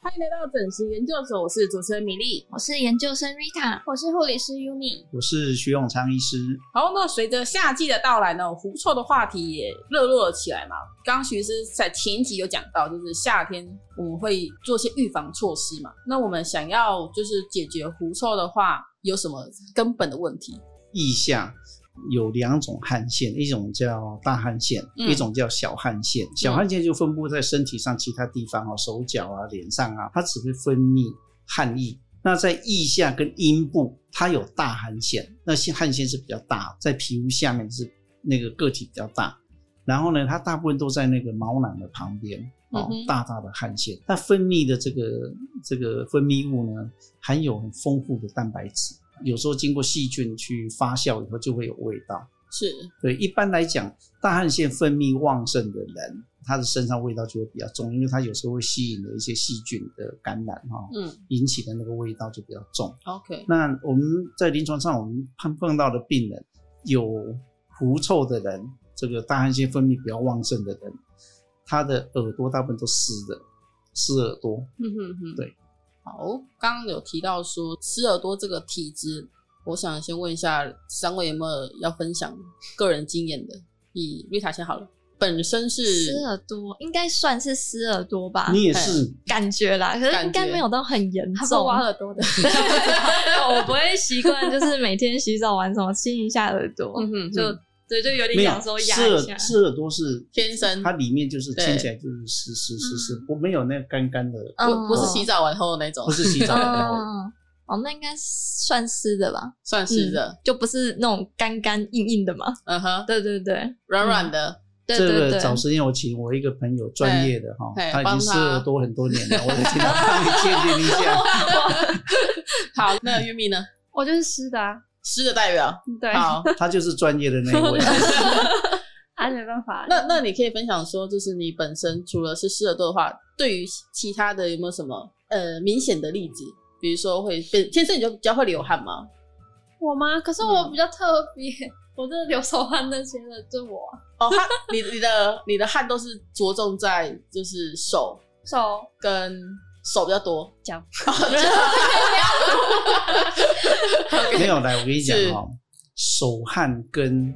欢迎来到整形研究所，我是主持人米粒。我是研究生 Rita，我是护理师 Yumi。我是徐永昌医师。好，那随着夏季的到来呢，狐臭的话题也热络了起来嘛。刚徐医师在前一集有讲到，就是夏天我们会做些预防措施嘛。那我们想要就是解决狐臭的话，有什么根本的问题？腋下有两种汗腺，一种叫大汗腺，嗯一种叫小汗腺。小汗腺就分布在身体上其他地方哦，手脚啊、脸上啊，它只会分泌汗液。那在腋下跟阴部，它有大汗腺，那些汗腺是比较大，在皮肤下面是那个个体比较大。然后呢，它大部分都在那个毛囊的旁边哦嗯，哼大大的汗腺。它分泌的这个这个分泌物呢，含有很丰富的蛋白质，有时候经过细菌去发酵以后就会有味道。是对，一般来讲，大汗腺分泌旺盛的人，他的身上味道就会比较重，因为他有时候会吸引了一些细菌的感染哈、哦，嗯引起的那个味道就比较重。 ，OK，那我们在临床上，我们碰碰到的病人有狐臭的人，这个大汗腺分泌比较旺盛的人，他的耳朵大部分都湿的，湿耳朵。嗯哼哼，对。好，刚刚有提到说湿耳朵这个体质，我想先问一下三位有没有要分享个人经验的？以 Rita 先好了，本身是湿耳朵应该算是湿耳朵吧，你也是，感觉啦，可是应感该觉没有到很严他是重。挖耳朵的，哦我不会习惯，就是每天洗澡完什么亲一下耳朵，嗯哼哼就对，就有没点有想说压湿一耳下。湿耳朵是天生它里面就是对牵起来就是湿湿嗯湿湿，我没有那个干干的，不不是洗澡，澡完后那种不，是洗澡的时候。嗯，哦，那应该算湿的吧？算是的，就不是那种干干硬硬的嘛。嗯哼，对对对，软软的，对这对个对，找时间我请我一个朋友专业的哈，哎哎他已经湿耳朵很多年了，我得请他 帮你鉴定一下。好，那玉米呢？我就是湿的啊。湿的代 表，对，好，他就是专业的那 一位。啊，没办法。那那你可以分享说，就是你本身除了是湿耳朵的话，对于其他的有没有什么呃明显的例子？比如说会变天生你就比较会流汗吗？我吗？可是嗯我比较特别，我真的流手汗那些的，就我啊哦，汗，你你的你的汗都是着重在就是手手跟手比较多， 哦脚。没有来，我跟你讲是哈、手汗跟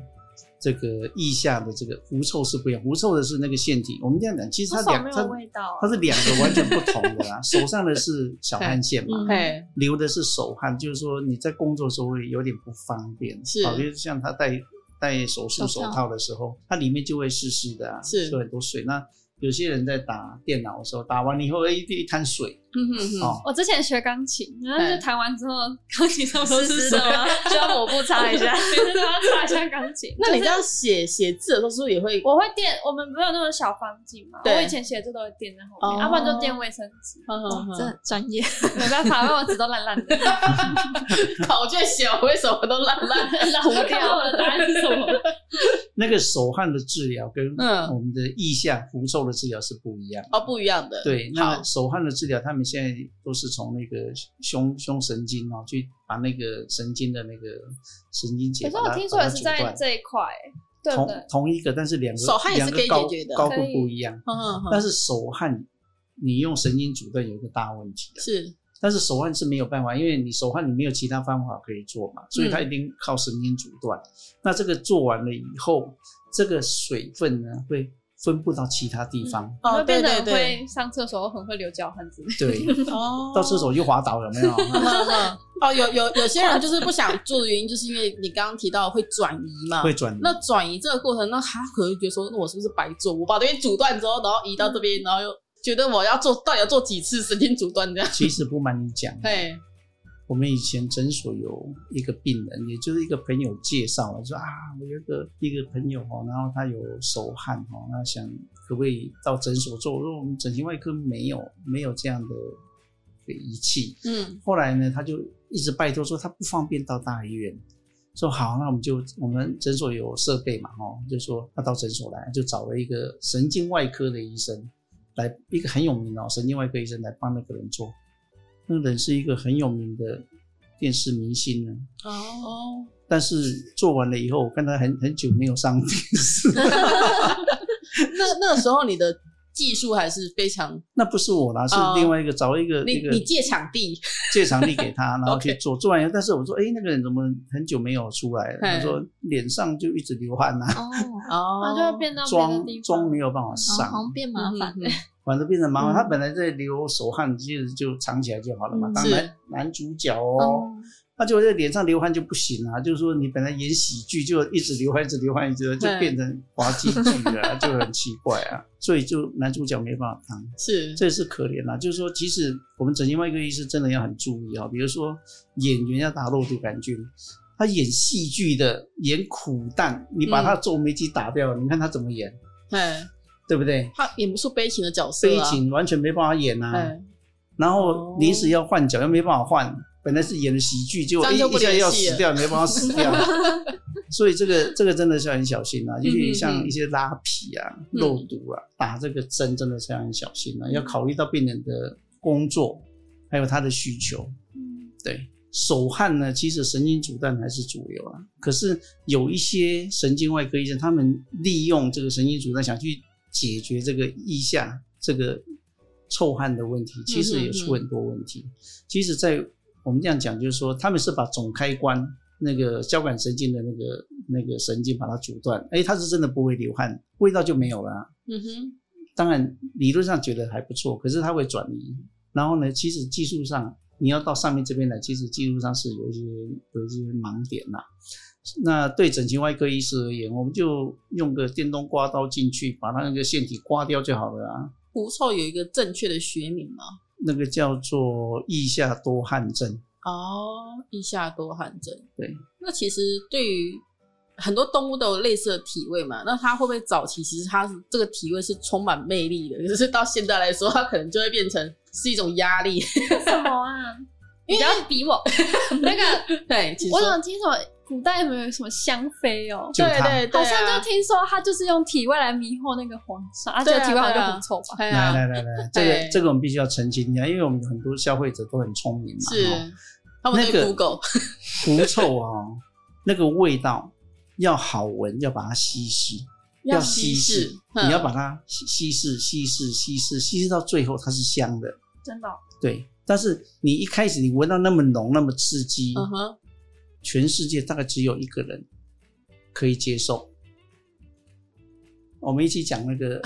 这个腋下的这个狐臭是不一样，狐臭的是那个腺体。我们这样讲，其实它我手两没它有味道它啊。是两个完全不同的 啦。手上的是小汗腺嘛，嗯嘿，流的是手汗，就是说你在工作的时候会有点不方便，是好，比如像他戴戴手手术手套套的时候，它里面就会湿湿的啊，是就很多水。那有些人在打电脑的时候，打完以后哎一一滩水嗯哼哼，哦，我之前学钢琴，然后哎就弹完之后， 钢 琴上面都湿是湿水的，吗？需要抹布擦一下。每次都要擦一下钢 琴。那你就这是哦样写写字的时候，是不是也会？我会垫，我们不是有那种小方巾嘛？对我以前写字都会垫在后哦面，要不然就垫卫生 。纸呵呵呵哦这很专业，没办法，因为我纸都烂烂的。考卷写完为什么都烂烂的？老 师看我的答案是什 么？那个手汗的治疗跟嗯我们的腋下狐臭的治疗是不一样的。哦，不一样的。对，好 那，手汗的治疗，他们现在都是从那个胸胸神经哦，去把那个神经的那个神经节可是把它，我听说把也它是阻在断这一块，欸对不同对？同一个，但是两个手汗也是两个可以高解决的高度可以不一样。嗯哼但哼，是手汗，你用神经阻断有一个大问题的，啊是但是手汗是没有办法，因为你手汗你没有其他方法可以做嘛，所以它一定靠神经阻断。那这个做完了以后，这个水分呢会分布到其他地方，你哦，会对变得对很对，会上厕所，很会流脚汗之类的。 对，哦 到厕。所就滑倒有没有？哦，有有有些人就是不想做的原因，就是因为你刚刚提到会转移嘛。会转移。那转移这个过程，那他可能觉得说，那我是不是白做？我把这边阻断之后，然后移到这边，然后又觉得我要做，到底要做几次神经阻断这样？其实不瞒你讲，嘿，我们以前诊所有一个病人，也就是一个朋友介绍了，说啊，我有一个一个朋友哦，然后他有手汗哦，那想可不可以到诊所做？我说我们整形外科没有没有这样的的仪器。嗯，后来呢，他就一直拜托说他不方便到大医院，说好，那我们就我们诊所有设备嘛，哦，就说他到诊所来，就找了一个神经外科的医生来，一个很有名哦，神经外科医生来帮那个人做。那个人是一个很有名的电视明星呢，哦，但是做完了以后，我看他很很久没有上电视，那那时候你的技术还是非常， 那不是我啦，是哦另外一个找一个你一个你借场地，借场地给他，然后 OK 去做。做完以后，但是我说，哎，那个人怎么很久没有出来了？嘿他说脸上就一直流汗呐、哦，哦然后就会变到别的妆地妆方没。有办法然后好上像，变麻烦了。反正变成麻烦。嗯他本来在流手汗，其实就藏起来就好了嘛嗯。当是男男主角哦，他就在脸上流汗就不行啊，就是说你本来演喜剧就一直流汗，一直流汗，一直流汗就对变成滑稽剧了，就很奇怪啊。所以就男主角没办法当。是 这是可怜啦、就是说，其实我们整形外科医师真的要很注意啊、比如说演员要打肉毒杆菌，他演戏剧的演苦旦，你把他皱眉肌打掉，你看他怎么演，哎，对不对？他演不出悲情的角色、悲啊，，情完全没办法演啊，哎，然后临时要换角又没办法换，本来是演的喜剧，结果哦这一样就不一下联系要死掉，没办法 死掉。所以这个这个真的是要很小心啊，尤其像一些拉皮啊、嗯肉毒啊，打这个针真的是要很小心啊，要考虑到病人的工作，还有他的需求。对，手汗呢，其实神经阻断还是主流啊，可是有一些神经外科医生，他们利用这个神经阻断想去解决这个腋下这个臭汗的问题，其实也出很多问题。其实，在我们这样讲，就是说他们是把总开关那个交感神经的那个那个神经把它阻断，哎，它是真的不会流汗，味道就没有了啊、嗯哼，当然理论上觉得还不错，可是它会转移。然后呢，其实技术上你要到上面这边来，其实技术上是有一些有一些盲点啦、那对整形外科医师而言，我们就用个电动刮刀进去，把它那个腺体刮掉就好了啊。狐臭有一个正确的学名吗？那个叫做腋下多汗症，哦，腋下多汗症。对，那其实对于很多动物都有类似的体味嘛，那它会不会早期其实它是这个体味是充满魅力的，可 是到现在来说，它可能就会变成是一种压力。什么啊？你不要逼我。那个，对，其实我怎么听说古代有没有什么香妃哦？就对它对对啊，好像就听说他就是用体味来迷惑那个皇上，而且对啊体味好对像啊就很臭吧？哎来呀，来 来来，这个哎这个我们必须要澄清一下，因为我们有很多消费者都很聪明嘛，是哦他们那对个 Google 狐臭啊、哦，那个味道要好闻，要把它稀释，要稀稀释释，嗯你要把它稀稀释、稀释、稀释、稀释到最后它是香的，真的哦，对。但是你一开始你闻到那么浓、那么刺激，嗯哼，全世界大概只有一个人可以接受。我们一起讲那个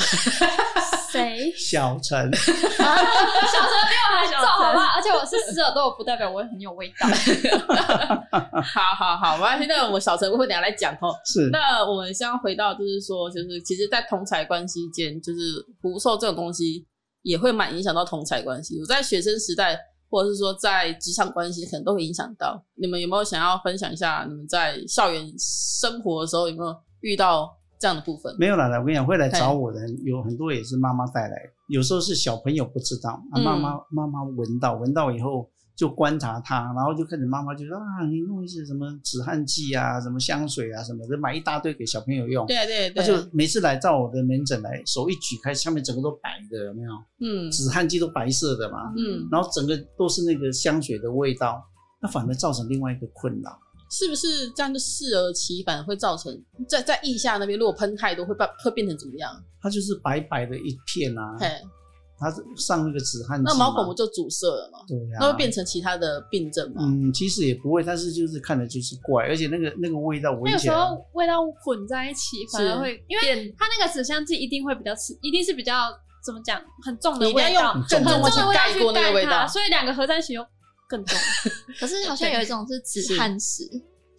谁？小陈，小时候比我还小重，时候好吧？而且我是湿耳朵，不代表我很有味道。嗯好好好，没关系，那我们小陈会等一下来讲哦。 是那我们先要回到，就是说，就是其实，在同财关系间，就是狐臭这种东西也会蛮影响到同财关系。我在学生时代，或者是说在职场关系，可能都会影响到。你们有没有想要分享一下你们在校园生活的时候有没有遇到这样的部分？没有啦，来我跟你讲，会来找我的人有很多也是妈妈带来的，有时候是小朋友不知道，啊、嗯妈妈妈妈闻到，闻到以后就观察他，然后就开始妈妈就说啊，你弄一些什么止汗剂啊，什么香水啊，什么的，买一大堆给小朋友用。对对对，他就每次来到我的门诊来，手一举开，下面整个都白的，有没有？嗯止汗剂都白色的嘛，嗯，然后整个都是那个香水的味道，那反而造成另外一个困扰。是不是这样就适而其反，会造成在在腋下那边如果喷太多，会变会变成怎么样？它就是白白的一片啊，嘿，它上那个止汗剂嘛，那毛孔不就阻塞了吗？对啊呀、那会变成其他的病症吗？嗯，其实也不会，但是就是看着就是怪，而且那个那个味道啊那闻有起时来，候味道混在一起，反而会因为变它那个纸箱剂一定会比较刺，一定是比较怎么讲，很重的你一定味要道，用很更重重的的味道去盖过那个味盖它道所以两个合在一起又更重，可是好像有一种是止汗石，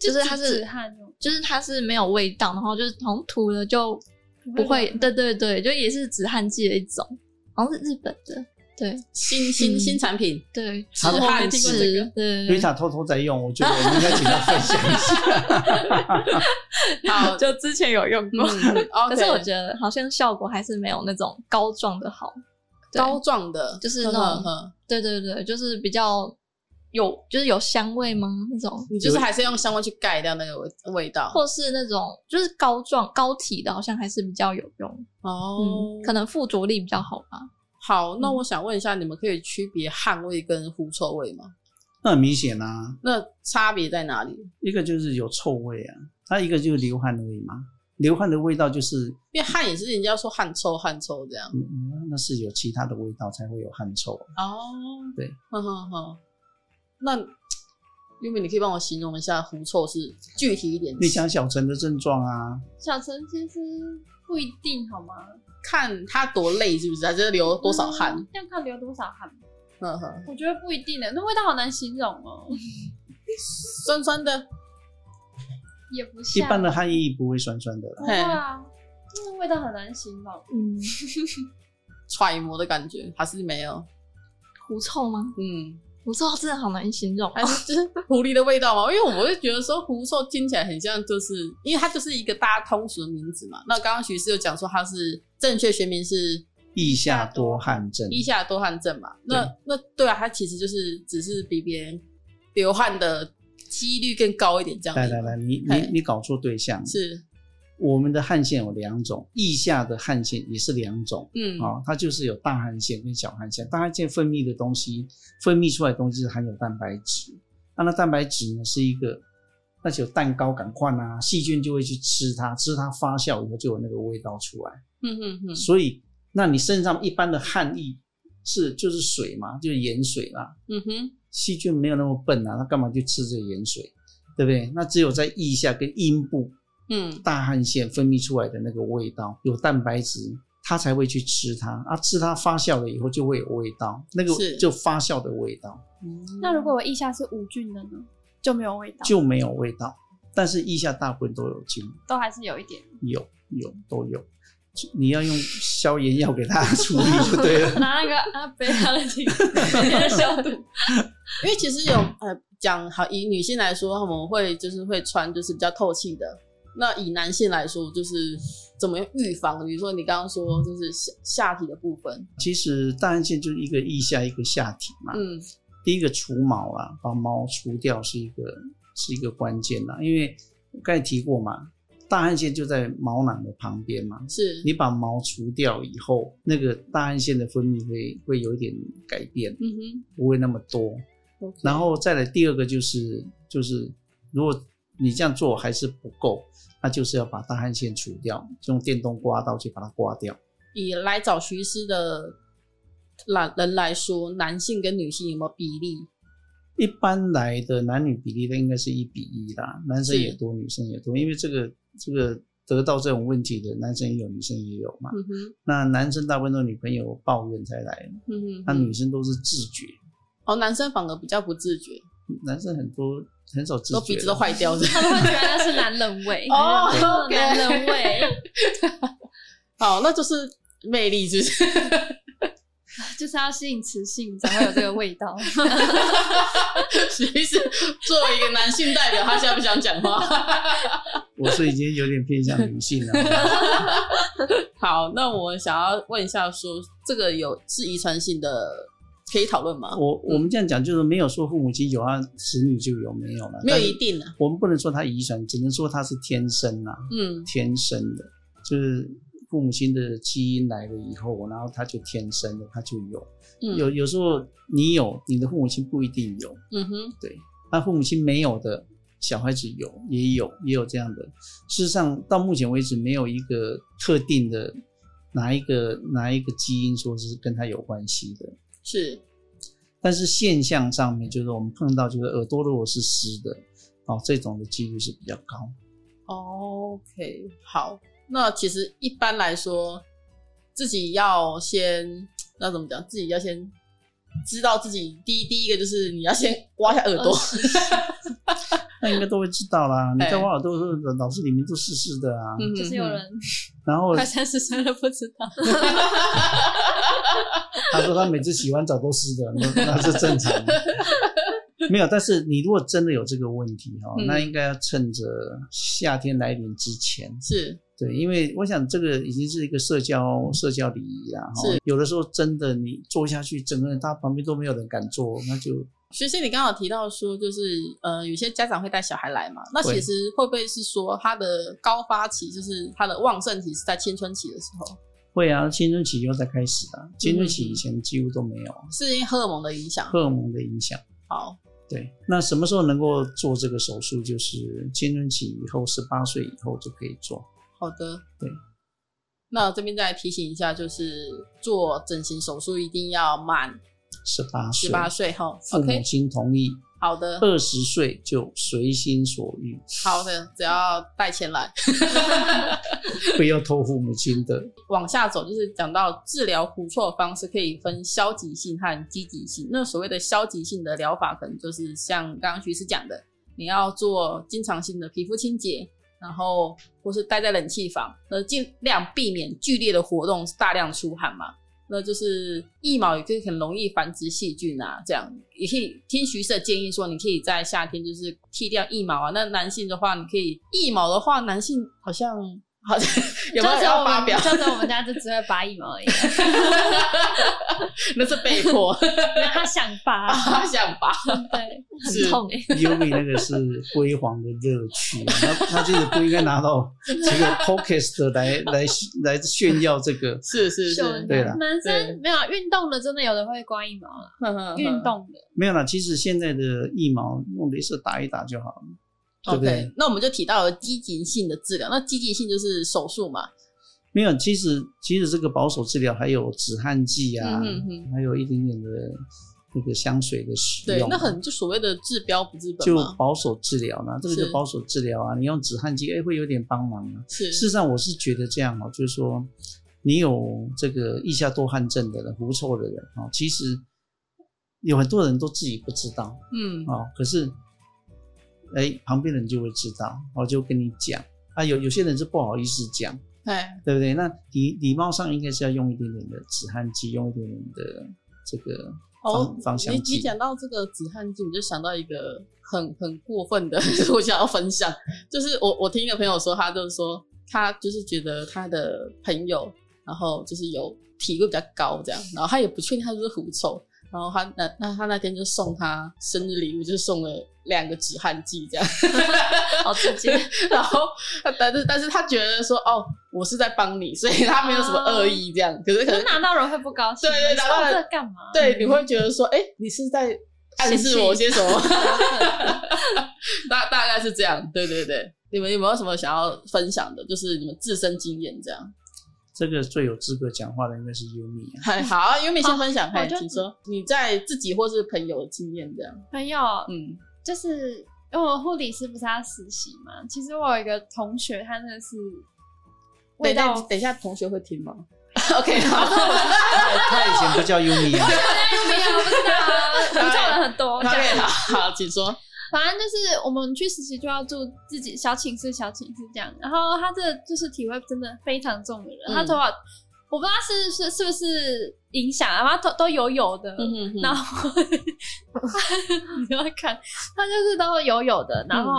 就就是它止是止汗那种就是它是没有味道，然后就是好像涂了就不会，对对对，就也是止汗剂的一种，好像是日本的，对新新嗯新产品，对，它止我没汗听过石这个，对瑞对对，塔偷偷在用，我觉得我们应该请他分享一下。好，就之前有用 嗯，o 可是我觉得好像效果还是没有那种膏状的好，对膏状的，就是那种呵呵呵对对对，就是比较有就是有香味吗那种，你就是还是用香味去盖掉那个味味道或是那种就是膏状膏体的，好像还是比较有用，哦嗯，。可能附着力比较好吧。好，那嗯我想问一下，你们可以区别汗味跟狐臭味吗？那很明显啊，那差别在哪里？一个就是有臭味啊，它一个就是流汗而已嘛，流汗的味道就是因为汗也是人家说汗臭汗臭这样，嗯那是有其他的味道才会有汗臭。哦，对，哼哼哼。那因为你可以帮我形容一下狐臭是具体一点，你讲小陈的症状啊，小陈其实不一定好吗？看他多累是不是，还是流多少汗嗯？要看流多少汗。哼哼，我觉得不一定的，那味道好难形容哦，酸酸的，也不一像般的汗液不会酸酸的啦。不会啊，那味道很难形容。嗯，揣摩的感觉，还是没有？狐臭吗？嗯，狐臭真的好难形容。还是就是狐狸的味道嘛？因为我们会觉得说狐臭听起来很像，就是因为它就是一个大家通俗的名字嘛。那刚刚徐师有讲说它是正确学名嗯是腋下多汗症，伊夏多汗症嘛。那那对啊，它其实就是只是比别人流汗的几率更高一点，这样来子。来来，你嘿你你搞错对象了。是，我们的汗腺有两种，腋下的汗腺也是两种。嗯，哦，它就是有大汗腺跟小汗腺。大汗腺分泌的东西，分泌出来的东西是含有蛋白质。那那蛋白质呢，是一个那就有蛋糕感快啊，细菌就会去吃它，吃它发酵以后就有那个味道出来。嗯嗯嗯，所以，那你身上一般的汗液是就是水嘛，就是盐水啦。嗯哼，细菌没有那么笨啊，它干嘛去吃这个盐水？对不对？那只有在腋下跟阴部嗯大汗腺分泌出来的那个味道，有蛋白质，它才会去吃它啊，吃它发酵了以后就会有味道，那个是就发酵的味道嗯。那如果我腋下是无菌的呢，就没有味道，就没有味道，但是腋下大部分都有菌，都还是有一点。有有都有，你要用消炎药给它 处理就对了。 拿那 个阿贝他的体消毒，因为其实有呃讲好以女性来说，我们会就是会穿就是比较透气的。那以男性来说，就是怎么预防？比如说你刚刚说就是下下体的部分，其实大汗腺就是一个腋下一个下体嘛，嗯第一个除毛啦，把毛除掉是一个是一个关键啦，因为我刚才提过嘛，大汗腺就在毛囊的旁边嘛，是，你把毛除掉以后，那个大汗腺的分泌会会有一点改变，嗯不会那么多。哼，OK，然后再来第二个就是就是，如果你这样做还是不够，那就是要把大汗腺除掉，用电动刮刀去把它刮掉。以来找徐师的懒人来说，男性跟女性有没有比例？一般来的男女比例的应该是一比一啦，男生是也多，女生也多，因为这个这个得到这种问题的男生也有，女生也有嘛。嗯哼，那男生大部分都女朋友抱怨才来，嗯哼，那女生都是自觉，哦，男生反而比较不自觉，男生很多很少自觉都的，鼻子都坏掉了。他们会觉得那是男人 味哦嗯 OK 男人味 好，那就是魅力，是不是？ 就是要吸引雌性才会有这个味 道。徐师作为一个男性代表，他想不想讲话？我是已经有点偏向女性了。 好，那我想要问一下说这个有是遗传性的，可以讨论吗？我我们这样讲就是没有说父母亲有啊，子女就有没有了，没有但是一定啊，我们不能说他遗传，只能说他是天生啦、嗯天生的，就是父母亲的基因来了以后，然后他就天生的，他就有。嗯有有时候你有，你的父母亲不一定有，嗯哼，对，那父母亲没有的，小孩子有也有也有这样的。事实上，到目前为止，没有一个特定的哪一个哪一个基因说是跟他有关系的。是但是现象上面，就是我们碰到就是耳朵如果是湿的，哦，这种的几率是比较高。 OK，好，那其实一般来说，自己要先那怎么讲？自己要先知道自己第一第一个就是你要先挖一下耳呃朵，那应该都会知道啦。你哎在挖耳朵的时候，老师里面都湿湿的啊。嗯就是有人然后快三十岁了不知道， 他说他每次洗完澡都湿的，那那是正常的。 没有，但是你如果真的有这个问题哈、哦，嗯那应该要趁着夏天来临之前，是对，因为我想这个已经是一个社交社交礼仪啦。哈嗯是，有的时候真的你坐下去，整个人他旁边都没有人敢坐，那就学习，你刚好提到说，就是呃，有些家长会带小孩来嘛，那对其实会不会是说他的高发期，就是他的旺盛期是在青春期的时候，会啊，青春期又在开始啊，嗯青春期以前几乎都没有，是因为荷尔蒙的影响？荷尔蒙的影响。好，对，那什么时候能够做这个手术？就是青春期以后，十八岁以后就可以做。好的，对。那这边再提醒一下，就是做整形手术一定要满十八岁，十八岁哈。父母 OK，亲同意，好的，二十岁就随心所欲， 好的，只要带钱来。不要偷父母亲的。往下走，就是讲到治疗狐臭的方式，可以分消极性和积极性。那所谓的消极性的疗法，可能就是像刚刚徐师讲的，你要做经常性的皮肤清洁，然后或是待在冷气房，呃，尽量避免剧烈的活动，大量出汗嘛。那就是腋毛也可以很容易繁殖细菌啊，这样也可以听徐社建议说，你可以在夏天就是剃掉腋毛啊。那男性的话，你可以腋毛的话，男性好像好像 有没有就只有要我发表们，？就只有我们家就只会拔 一毛而已，那是被 迫，那他想拔，他啊想拔。对，是很痛 哎、优米那个是辉煌的乐趣，那他这个不应该拿到 这个 podcast 来来来炫耀这个。是是秀是恩，对啦男对生没有啊运动的，真的有的会刮一毛啊，嗯运动的，没有啦，其实现在的腋毛用镭射打一打就好了，对不对 OK，那我们就提到了积极性的治疗，那积极性就是手术嘛，没有，其实其实这个保守治疗还有止汗剂啊，嗯哼哼还有一点点的那个香水的使对用啊、，那很就所谓的治标不治本就嘛，保守治疗啦，这个是就保守治疗啊，你用止汗剂，哎，会有点帮忙啊。是事实上，我是觉得这样哦，就是说，你有这个腋下多汗症的人、狐臭的人哦，其实有很多人都自己不知道嗯哦，可是，哎，旁边人就会知道，哦，就跟你讲啊，有有些人是不好意思讲，哎对不对？那礼礼貌上应该是要用一点点的止汗剂，用一点点的这个方、哦，芳香你剂你。讲到这个止汗剂，我就想到一个很很过分的， 我想要分享，就是我我听一个朋友说，他就是说他就是觉得他的朋友，然后就是有体位比较高这样，然后他也不确定他是不是狐臭，然后他那那他那天就送他生日礼物，就送了两个止汗剂这样， 好刺激，然后他但是但是他觉得说哦，我是在帮你，所以他没有什么恶意这样，可是可可能是拿到人会不高兴，啊对对你拿到人送这干嘛？对，你会觉得说，哎、你是在暗示我些什么？大大概是这样，对对对。你们有没有什么想要分享的？就是你们自身经验这样。这个最有资格讲话的应该是优米啊，嗨，好，因为先分享，好嗨，我就请说你在自己或是朋友的经验这样。朋友，嗯，就是因为我护理师不是要实习嘛，其实我有一个同学，他真的是等味一下道，等一下，同学会听吗？OK，好，他他以前不叫优 米啊，没有不知道啊， 我知道人很多，这样 OK，好，好，请说。反正就是我们去实习就要住自己小寝室，小寝室这样。然后他这就是体味真的非常重的人，嗯他头发我不知道是是是不是影响啊，然后都都油油的，嗯然后 你就会看他就是都油油的，然后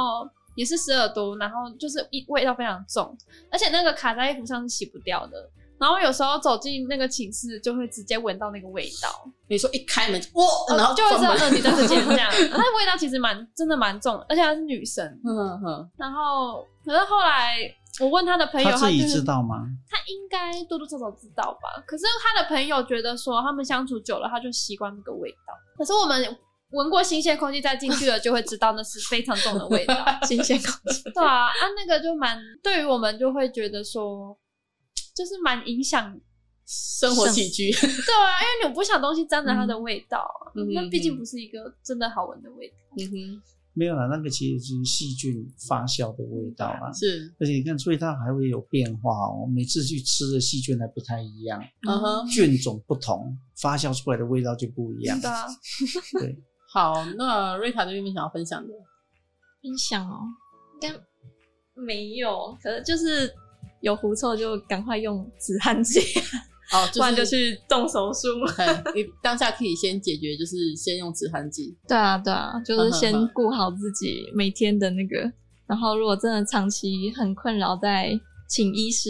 也是十耳朵，然后就是一味道非常重，而且那个卡在衣服上是洗不掉的。然后有时候走进那个寝室，就会直接闻到那个味道。你说一开门，哇，哦然后就会知道关门呃你在这间这样，它的味道其实蛮真的蛮重的，而且她是女生。嗯哼，然后可是后来我问她的朋友，他她自己就是知道吗？她应该多多少少知道吧。可是她的朋友觉得说他们相处久了，她就习惯那个味道。可是我们闻过新鲜空气再进去了，就会知道那是非常重的 味道。新鲜空气。对啊，啊那个就蛮对于我们就会觉得说，就是蛮影响。生活起居，对啊，因为你不想东西沾了它的味道啊，嗯那毕竟嗯不是一个真的好闻的味道。嗯没有啦，那个其实是细菌发酵的味道啊哼，。是，而且你看，所以它还会有变化哦。每次去吃的细菌还不太一样，嗯哼，菌种不同，发酵出来的味道就不一样。对啊， 对，好，那瑞塔这边有没有想要分享的？分享哦，应该没有，可能就是有狐臭就赶快用止汗 剂，哦，不然就去动手术。哎 你当下可以先解决，就是先用止汗剂。对啊，对 啊，就是先嗯哼哼顾好自己每天的那个，然后如果真的长期很困扰，再请医师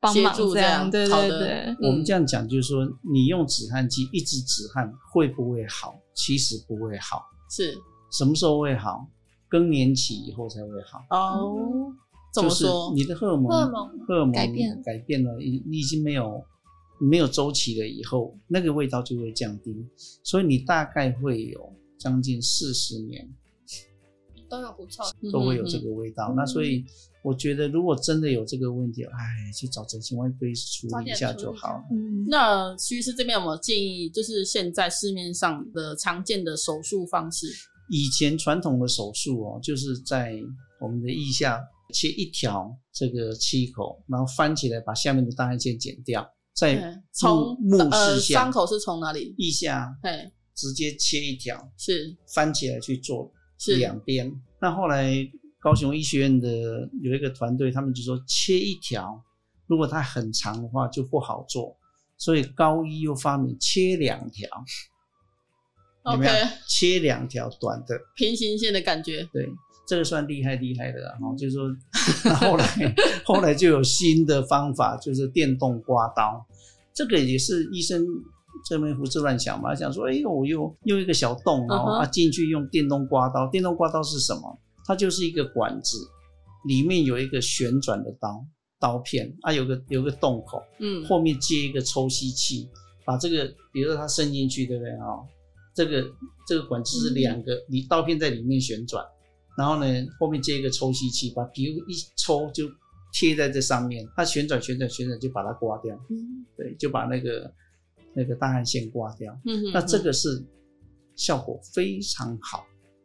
帮忙协助这这样对好对的对，嗯我们这样讲就是说，你用止汗剂一直止汗会不会好？其实不会好。是什么时候会好？更年期以后才会好。哦，怎么说就是？你的荷尔蒙荷尔蒙荷尔蒙改变改变了，你你已经没有没有周期了，以后那个味道就会降低，所以你大概会有将近四十年都有狐臭。都会有这个味道。那所以我觉得，如果真的有这个问题，哎，去找整形外科医师处早理一点下处就理一好下了。嗯，那徐医师这边有没有建议？就是现在市面上的常见的手术方式，以前传统的手术哦，就是在我们的腋下切一条这个切口，然后翻起来把下面的大汗腺剪掉，在嗯从哎目目呃视下伤口是从哪里？腋下嘿，直接切一条，是翻起来去做是两边。那后来高雄医学院的有一个团队，他们就说切一条，如果它很长的话就不好做，所以高一又发明切两条，有 OK 没有切两条短的，平行线的感觉。对，这个算厉害厉害的啦。然后就是说， 那 后来后来就有新的方法，就是电动刮刀，这个也是医生。这边胡思乱想嘛，想说，哎呦，我又又一个小洞哦嗯哼啊，进去用电动刮刀。电动刮刀是什么？它就是一个管子，里面有一个旋转的刀刀片，啊，有个有个洞口，嗯，后面接一个抽吸器，把这个，比如说它伸进去，对不对啊、哦？这个这个管子是两个，你刀片在里面旋转，然后呢，后面接一个抽吸器，把皮肤一抽就贴在这上面，它旋转旋转旋转就把它刮掉，对，就把那个那个大汗腺刮掉。嗯哼那这嗯个是效果非常好，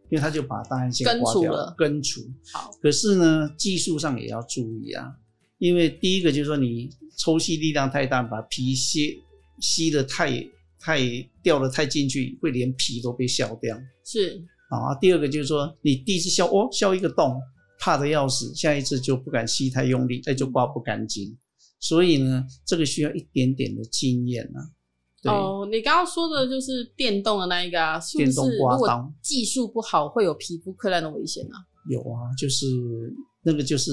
因为它就把大汗腺根刮除掉了根除。好，可是呢，技术上也要注意啊，因为第一个就是说你抽吸力量太大，把皮吸吸的太太掉的太进去，会连皮都被削掉是啊。第二个就是说你第一次削哦削一个洞，怕的要死，下一次就不敢吸太用力，那就刮不干净。所以呢，这个需要一点点的经验啊。对，哦，你刚刚说的就是电动的那一个啊，是不电动是？刮如果刀技术不好，会有皮肤溃烂的危险啊？有啊，就是那个就是，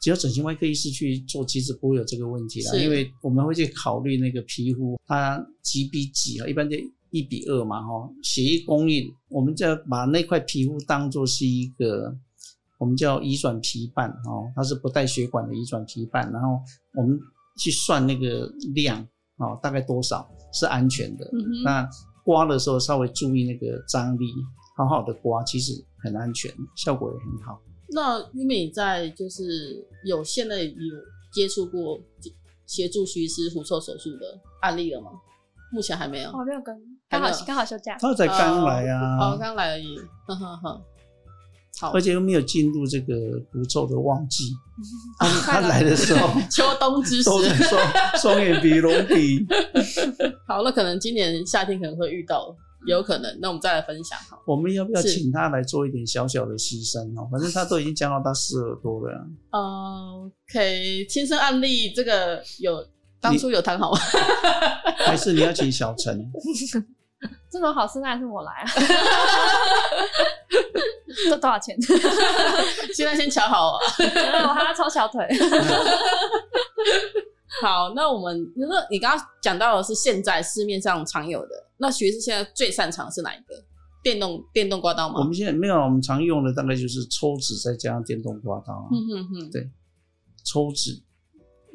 只要整形外科医师去做，其实不会有这个问题啦，是因为我们会去考虑那个皮肤它几比几啊，一般就一比二嘛，哈，血液供应，我们就要把那块皮肤当做是一个。我们叫移转皮瓣哦，它是不带血管的移转皮瓣，然后我们去算那个量哦，大概多少是安全的。嗯哼，那刮的时候稍微注意那个张力，好好的刮，其实很安全，效果也很好。那玉美在就是有现在有接触过协助徐医师狐臭手术的案例了吗？目前还没有。我哦没有跟，还刚没有好刚好休假。他才刚来啊，哦，刚来而已。呵呵呵，好而，且又没有进入这个狐臭的 旺季，他他快乐来的时 候秋冬之时都，是双双眼皮、隆鼻， 好，那可能今年夏天可能会遇到，有可能。那我们再来分享好。我们要不要是请他来做一点小小的牺牲哦？反正他都已经讲到他四耳朵了，啊呃 OK，亲身案例这个有当初有谈好吗？还是你要请小陈？这种好事当然是我来 啊。 这多少 钱？ 现在先瞧好啊。我还要抽小腿。 好，那我们那你刚刚讲到的是现在市面上常有的，那徐医师现在最擅长的是哪一个？电动电动刮刀我吗？们现在没有，我们常用的大概就是抽纸再加上电动刮刀啊。嗯哼哼，抽脂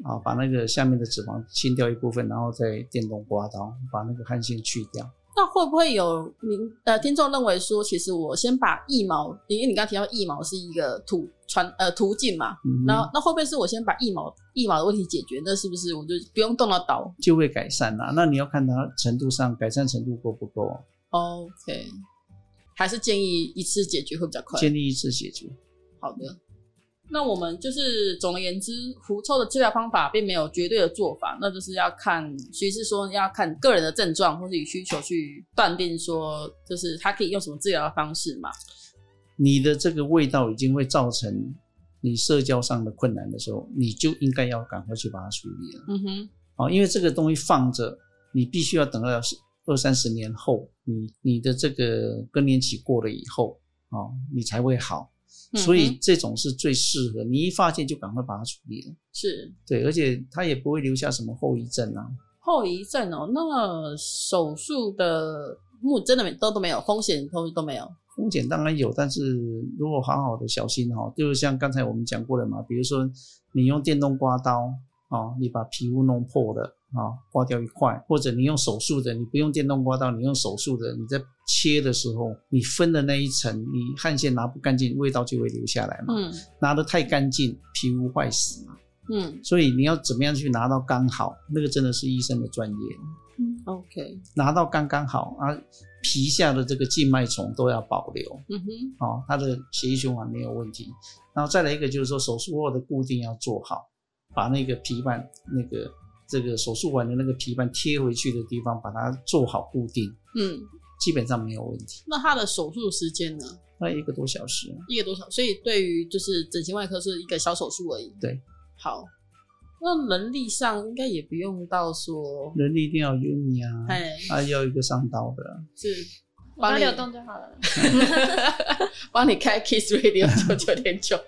啊，把那个下面的脂肪清掉一部分，然后再电动刮刀把那个汗腺去掉。那会不会有您呃听众认为说，其实我先把腋毛，因为你刚刚提到腋毛是一个途传呃途径嘛，嗯，那那会不会是我先把腋毛腋毛的问题解决？那是不是我就不用动到刀就会改善啦。那你要看它程度上改善程度够不够， ？OK，还是建议一次解决会比较快。建立一次解决。好的，那我们就是总而言之，狐臭的治疗方法并没有绝对的做法，那就是要看，其实是说要看个人的症状或是与需求去断定说，就是他可以用什么治疗的方式嘛。你的这个味道已经会造成你社交上的困难的时候，你就应该要赶快去把它处理了。嗯哼，哦，因为这个东西放着，你必须要等到二三十年后，你你的这个更年期过了以后，哦，你才会好。所嗯以哼这种是最适合，你一发现就赶快把它处理了。是对，而且它也不会留下什么后遗症啊。后遗症哦。那手术的目真的没都都没有风险，都都没有。风险当然有，但是如果好好的小心哦，就是像刚啊才我们讲过的嘛，比如说你用电动刮刀哦，你把皮肤弄破了，啊，刮掉一块，或者你用手术的，你不用电动刮刀，你用手术的，你在切的时候，你分的那一层，你汗腺拿不干净，味道就会留下来嘛。嗯拿得太干净，皮肤坏死嘛。嗯所以你要怎么样去拿到刚好，那个真的是医生的专业， ，OK，拿到刚刚好啊，皮下的这个静脉丛都要保留。嗯哼，哦，它的血液循环没有问题。然后再来一个就是说手术后的固定要做好，把那个皮瓣那个这个手术完的那个皮瓣贴回去的地方，把它做好固定，嗯，基本上没有问题。那他的手术时间呢？那一个多小时，一个多小时，所以对于就是整形外科是一个小手术而已。对，好，那能力上应该也不用到说，人力一定要有你啊，哎，啊要一个上刀的啊，是我帮要你流动就好了。 帮你开 Kiss Radio 九九点九。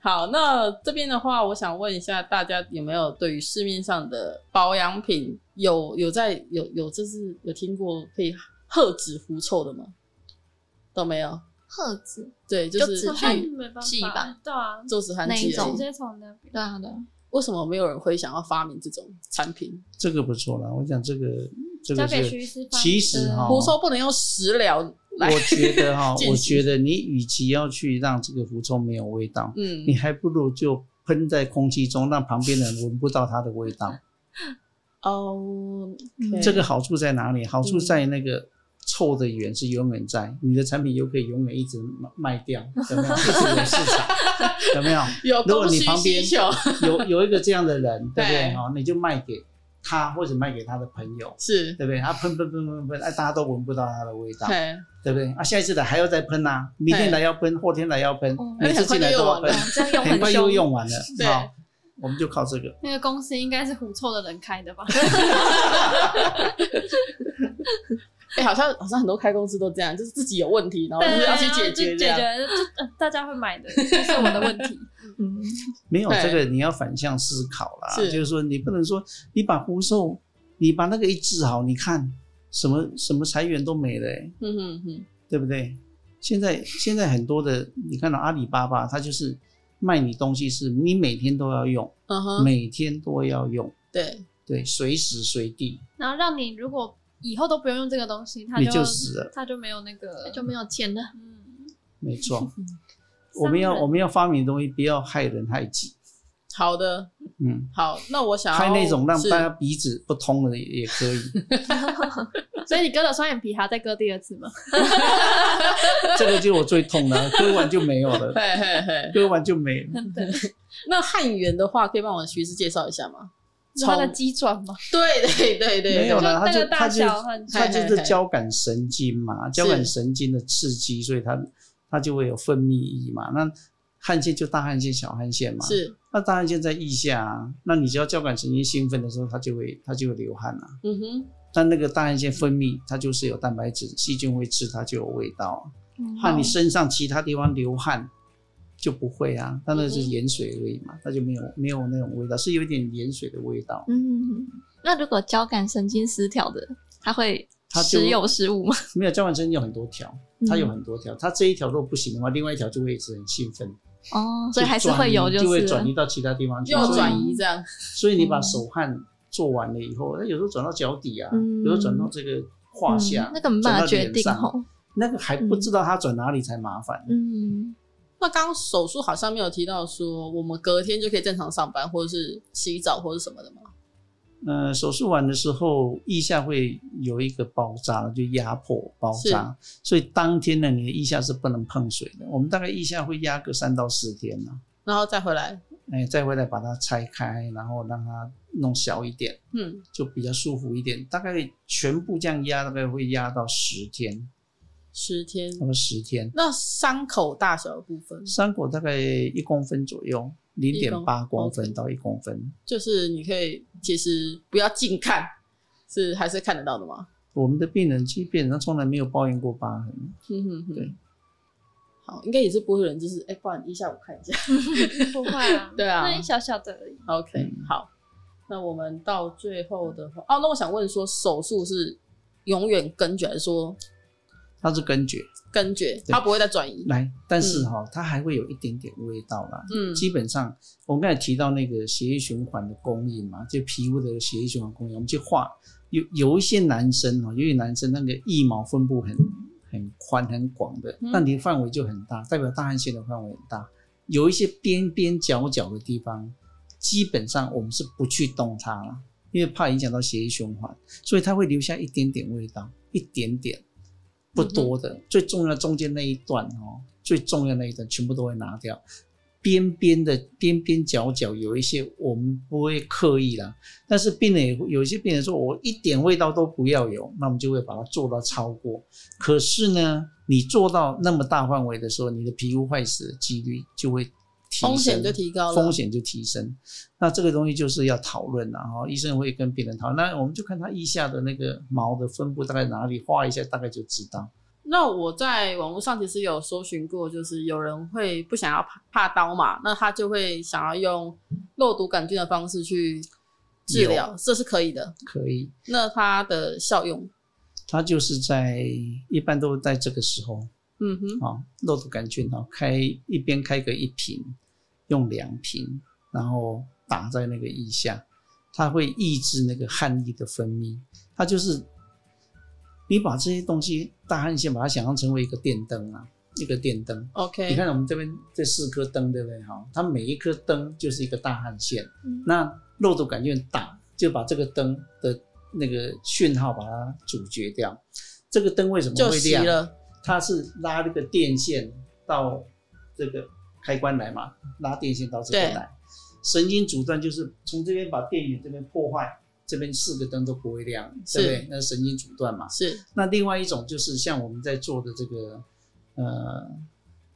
好，那这边的话，我想问一下大家有没有对于市面上的保养品有有在有有就是有听过可以喝止狐臭的吗？都没有，赫子，对，就就止是好汗去像去没办法记吧，对啊，做止汗那一剂而种已直。接从那边。对啊对啊，为什么没有人会想要发明这种产品？这个不错啦，我讲这个这个交给徐医是师，帮其实哈、狐臭不能用食疗来我觉得 哈、进行我觉得你与其要去让这个狐臭没有味 道，嗯你还不如就喷在空气中，让旁边的人闻不到它的味道。嗯哦，嗯这个好处在哪里？好嗯处在那个臭的源是永远在，你的产品又可以永远一直卖掉，有没有？一直有市场，有没有？有如果供你需旁边哦需求有有一个这样的人，对不对？对哦，你就卖给他或者卖给他的朋友，是，对不对？他喷喷喷喷喷，哎，大家都闻不到他的味道，对，对不对？啊，下一次来还要再喷啊，明天来要喷，后天来要喷哦嗯，每次进来都要喷哎，这样用很很快又凶，用完了，对好，我们就靠这个。那个公司应该是狐臭的人开 的吧？哎、好像好像很多开公司都这样，就是自己有问题，然后哦啊就是要去解决这就解样。决就呃大家会买的，这是我的问题。嗯，没有对这个，你要反向思考啦。是就是说，你不能说你把狐臭，你把那个一治好，你看什么什么财源都没了、欸，嗯哼哼，对不对？现在现在很多的，你看到阿里巴巴，它就是卖你东西是，你每天都要用，嗯哼，每天都要用，对，对，随时随地然后让你如果以后都不用用这个东西，它你就死了它就没有那个，就没有钱了。嗯，没 错嗯。我们要伤人我们要发明的东西，不要害人害己，好的，嗯，好，那我想要害那种让是大家鼻子不通的也也可以。所以你割了双眼皮，还要再割第二次吗？这个就是我最痛的，啊割完就没有 了，嘿嘿嘿。割完就没了。那汉源的话，可以帮我们徐师介绍一下吗？它的鸡爪吗？对对对对对，没有啦，就它那就个它大就小 很它就嘿嘿是嘿交感神经嘛，交感神经的刺激，所以它它就会有分泌液嘛。那汗腺就大汗腺、小汗腺嘛。。是，那大汗腺在腋下、啊，那你只要交感神经兴奋的时候，它就会它就会流汗啊。嗯哼，但那个大汗腺分泌，它就是有蛋白质，细菌会吃，它就有味道嗯啊。那你身上其他地方流汗就不会啊，它那个是嗯哼盐水而已嘛，它就没有没有那种味道，是有一点盐水的味道。嗯，那如果交感神经失调的，他会它就时有时无吗？ 没有交换针有很多条，它有嗯很多条，它这一条如果不行的话，另外一条就会一直很兴奋，哦，所以还是就转会移有就，是嗯会了转移到其他地方去。又所以转移这样，所以你嗯把手汗做完了以后，哎那有时候转到脚底啊，嗯有时候转到这个胯下嗯，那个没办法决定转到脸上哦。那个还不知道它转哪里才麻烦。嗯，那刚刚手术好像没有提到说我们隔天就可以正常上班，或者是洗澡或者什么的吗？呃，手术完的时候，腋下会有一个包扎，就压迫包扎，所以当天呢，你的腋下是不能碰水的。我们大概腋下会压个三到四天呢、然后再回来，哎，再回来把它拆开，然后让它弄小一点。嗯，就比较舒服一点。大概全部这样压，大概会压到十天，十天那么十天，那伤口大小的部分，伤口大概一公分左右，零点八公分到一公分。就是你可以其实不要近看，是还是看得到的吗？我们的病人基本上从来没有抱怨过疤痕，嗯哼哼对。好，应该也是不会有人，就是哎、不然一下我看一下。 不会啊对啊那小小的而已。 OK，、嗯好。那我们到最后的话，哦，那我想问说，手术是永远根绝，还是说它是根绝根绝，对它不会再转移。来，但是哈、它还会有一点点味道啦。嗯基本上，我们刚才提到那个血液循环的供应嘛，就皮肤的血液循环供应，我们去画有有一些男生哦，有些男生那个腋毛分布很很宽很广的，嗯那你的范围就很大，代表大汗腺的范围很大。有一些边边角角的地方，基本上我们是不去动它了，因为怕影响到血液循环，所以它会留下一点点味道，一点点嗯不多的。最重要的中间那一段哦，最重要的那一段全部都会拿掉。边边的边边角角有一些我们不会刻意啦，但是病人也会有一些病人说我一点味道都不要有，那我们就会把它做到超过。可是呢，你做到那么大范围的时候，你的皮肤坏死的几率就会提升，风险就提高了风险就提升。那这个东西就是要讨论啦，然后医生会跟病人讨论，那我们就看他腋下的那个毛的分布大概哪里，画一下大概就知道。那我在网络上其实有搜寻过，就是有人会不想要怕怕刀嘛，那他就会想要用肉毒杆菌的方式去治疗，这是可以的。可以，那它的效用，他就是在一般都在这个时候，嗯哼，啊、肉毒杆菌啊、开一边开个一瓶，用两瓶，然后打在那个腋下，它会抑制那个汗液的分泌。它就是你把这些东西大汗腺把它想象成为一个电灯啊，一个电灯。 OK，你看我们这边这四颗灯，对不对？哈，它每一颗灯就是一个大汗腺。嗯那肉毒杆菌打就把这个灯的那个讯号把它阻绝掉。这个灯为什么就会习亮？了，它是拉那个电线到这个开关来嘛，拉电线到这边来。神经阻断就是从这边把电源这边破坏，这边四个灯都不会亮，是对不对？那神经阻断嘛。是那另外一种就是像我们在做的这个呃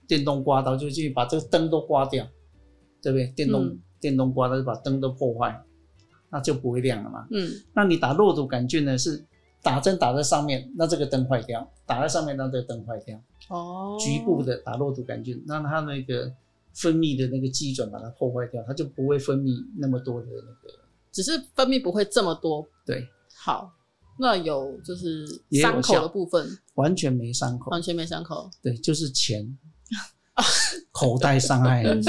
电动刮刀，就去把这个灯都刮掉，对不对？电动、嗯电动刮刀就把灯都破坏，那就不会亮了嘛。嗯，那你打肉毒杆菌呢是打针打在上面，那这个灯坏掉；打在上面，让这个灯坏掉。哦，局部的打肉毒杆菌，让它那个分泌的那个基准把它破坏掉，它就不会分泌那么多的那个只是分泌不会这么多。对，好，那有就是也有伤口效哦的部分，完全没伤口，完全没伤口，对，就是钱口袋伤害很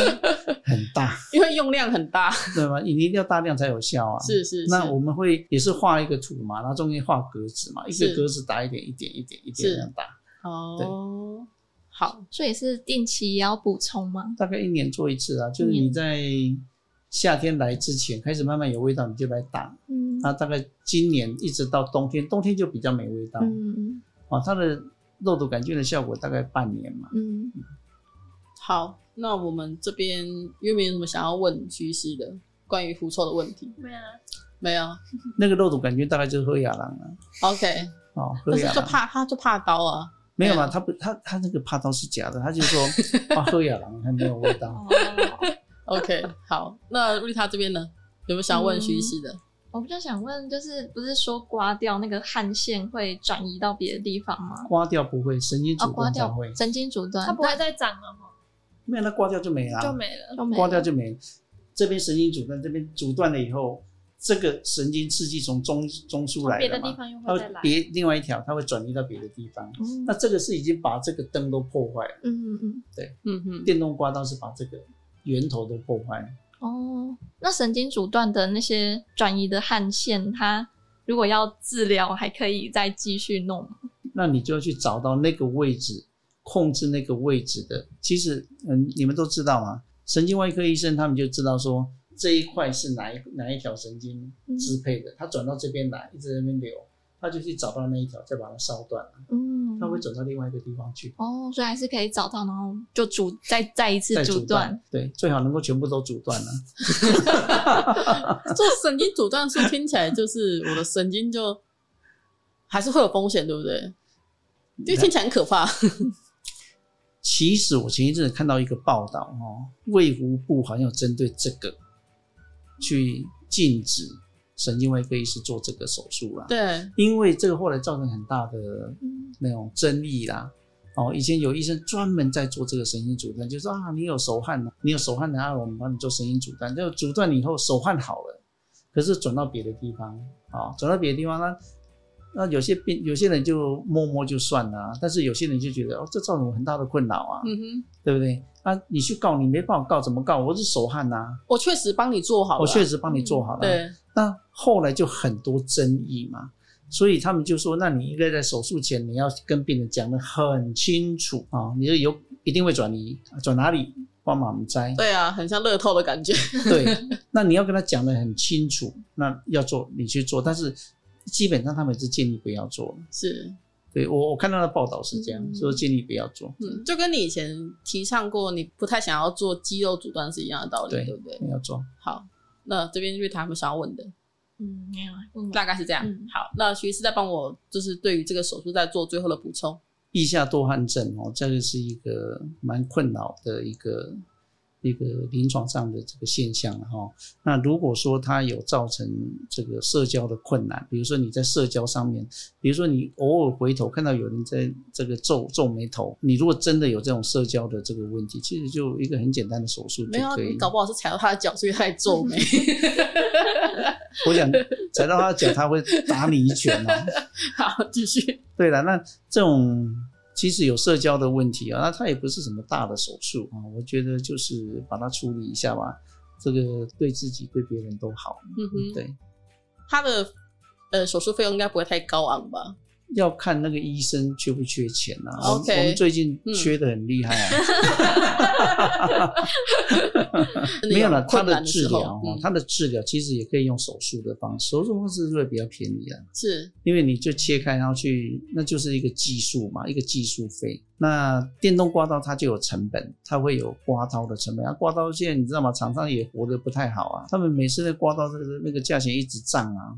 很大，因为用量很大，对吗？你一定要大量才有效啊。是是是，那我们会也是画一个图嘛，然后中间画格子嘛，一是个格子打一点，一点一点一点是这样打，哦，好，所以是定期也要补充吗？大概一年做一次啊。就是你在夏天来之前开始慢慢有味道，你就来打，嗯那大概今年一直到冬天，冬天就比较没味道、嗯啊。它的肉毒杆菌的效果大概半年嘛。嗯，好，那我们这边有没有什么想要问徐医师的关于狐臭的问题？对啊，没有那个肉毒杆菌大概就是喝亚郎了、 ，OK，啊，哦，喝但是亚就郎怕他就怕刀啊，没有嘛？他不，他他那个怕刀是假的，他就 说啊，喝亚郎还没有味道。哦， OK，好，那瑞塔这边呢，有没有想问徐医师的？我比较想问，就是不是说刮掉那个汗腺会转移到别的地方吗？刮掉不会，神经哦啊，阻刮断才掉会，神经阻断，它不会再长了哈，没有它刮掉就没了、啊就没了。那刮掉就没了。这边神经阻断，这边阻断了以后，这个神经刺激从中中枢来别了的地嘛，方又它会再会来，别另外一条，它会转移到别的地方。嗯那这个是已经把这个灯都破坏了。嗯嗯嗯哼，电动刮刀是把这个源头都破坏。嗯哦，那神经阻断的那些转移的汗腺，它如果要治疗，还可以再继续弄吗。那你就要去找到那个位置，控制那个位置的。其实，嗯，你们都知道嘛，神经外科医生他们就知道说这一块是哪一哪一条神经支配的，它转到这边来，一直在那边流，他就去找到那一条，再把它烧断，嗯，它会转到另外一个地方去。哦，所以还是可以找到，然后就阻再再一次再阻阻断断，，对，最好能够全部都阻断了、做神经阻断术听起来就是我的神经就还是会有风险，对不对？因为听起来很可怕。其实我前一阵子看到一个报道哦，卫福部好像有针对这个去禁止神经外科医师做这个手术啦。，对，因为这个后来造成很大的嗯那种争议啦。哦，以前有医生专门在做这个神经阻断，就说啊，你有手汗了，你有手汗的啊，我们帮你做神经阻断。就阻断以后，手汗好了，可是转到别的地方啊、哦转到别的地方，那那有些病，有些人就摸摸就算了啊、但是有些人就觉得哦，这造成我很大的困扰啊，嗯哼，对不对？啊，你去告你没办法告，怎么告？我是手汗呐、我确实帮你做好了，我确实实帮你做好了。对，那后来就很多争议嘛，所以他们就说，那你应该在手术前你要跟病人讲得很清楚啊、你就有一定会转移转哪里，帮忙摘。对啊，很像乐透的感觉， 对，那你要跟他讲得很清楚，那要做你去做，但是基本上他们是建议不要做。是，对我我看到的报道是这样，嗯说建议不要做，嗯，就跟你以前提倡过你不太想要做肌肉阻断是一样的道理，对对不对？不要做。好，那这边就是他们想要问的，嗯，没有，大概是这样。嗯好，那徐医师再帮我，就是对于这个手术再做最后的补充。腋下多汗症哦，这个是一个蛮困扰的一个一个临床上的这个现象哈、哦。那如果说它有造成这个社交的困难，比如说你在社交上面，比如说你偶尔回头看到有人在这个皱皱眉头，你如果真的有这种社交的这个问题，其实就一个很简单的手术没就有啊，可以你。搞不好是踩到他的脚，所以他还皱 眉。我想踩到他的脚，他会打你一拳哦。好，继续。对了，那这种其实有社交的问题啊，那它也不是什么大的手术啊，我觉得就是把它处理一下吧，这个对自己对别人都好。嗯哼，对，他的呃手术费用应该不会太高昂吧？要看那个医生缺不缺钱啊。我们 OK 我们最近缺的很厉害啊， 真的没有了他困的难的治时疗候，啊，嗯，他的治疗其实也可以用手术的方式，手术方式会比较便宜啊。是因为你就切开，然后去，那就是一个技术嘛，一个技术费。那电动刮刀它就有成本，它会有刮刀的成本。啊，刮刀现在你知道吗？厂商也活得不太好啊，他们每次的刮刀这个那个价钱一直涨啊，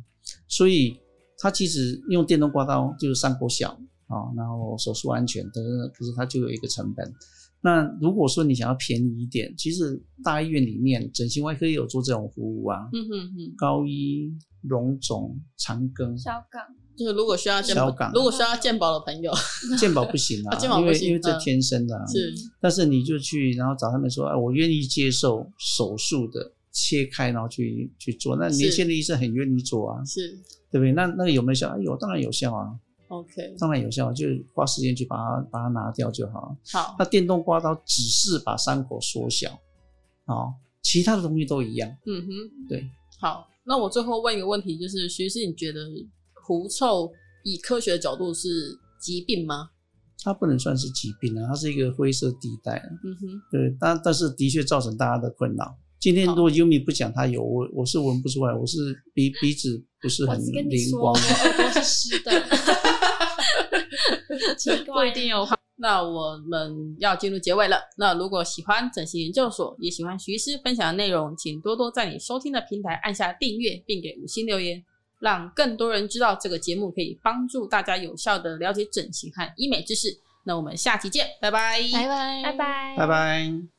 所以它其实用电动刮刀就是伤口小啊、哦然后手术安全等等，可是它就有一个成本。那如果说你想要便宜一点，其实大医院里面整形外科也有做这种服务啊，嗯哼哼，高一、龙总、长庚。小港就是如果需要健保小港，如果需要健保的朋友 鉴宝不行啊，啊鉴宝不行因为因为这嗯天生的、啊。是但是你就去，然后找他们说，啊，我愿意接受手术的切开，然后去去做。那是年轻的医生很愿意做啊，是对不对？那那个有没有效？啊有，当然有效啊， OK，当然有效啊，就是花时间去把它把它拿掉就好。好那，电动刮刀只是把伤口缩小，哦，其他的东西都一样。嗯哼，对，好。那我最后问一个问题，就是徐医师，你觉得狐臭以科学的角度是疾病吗？它不能算是疾病啊，它是一个灰色地带啊。嗯哼，对，但但是的确造成大家的困扰。今天如果 Yumi 不讲他有，我我是闻不出来，我是鼻鼻子不是很我是跟你灵说，光我。耳朵是湿的，奇不怪一定有。那我们要进入结尾了。那如果喜欢整形研究所，也喜欢徐医师分享的内容，请多多在你收听的平台按下订阅，并给五星留言，让更多人知道这个节目可以帮助大家有效的了解整形和医美知识。那我们下期见，拜拜，拜拜，拜拜，拜拜。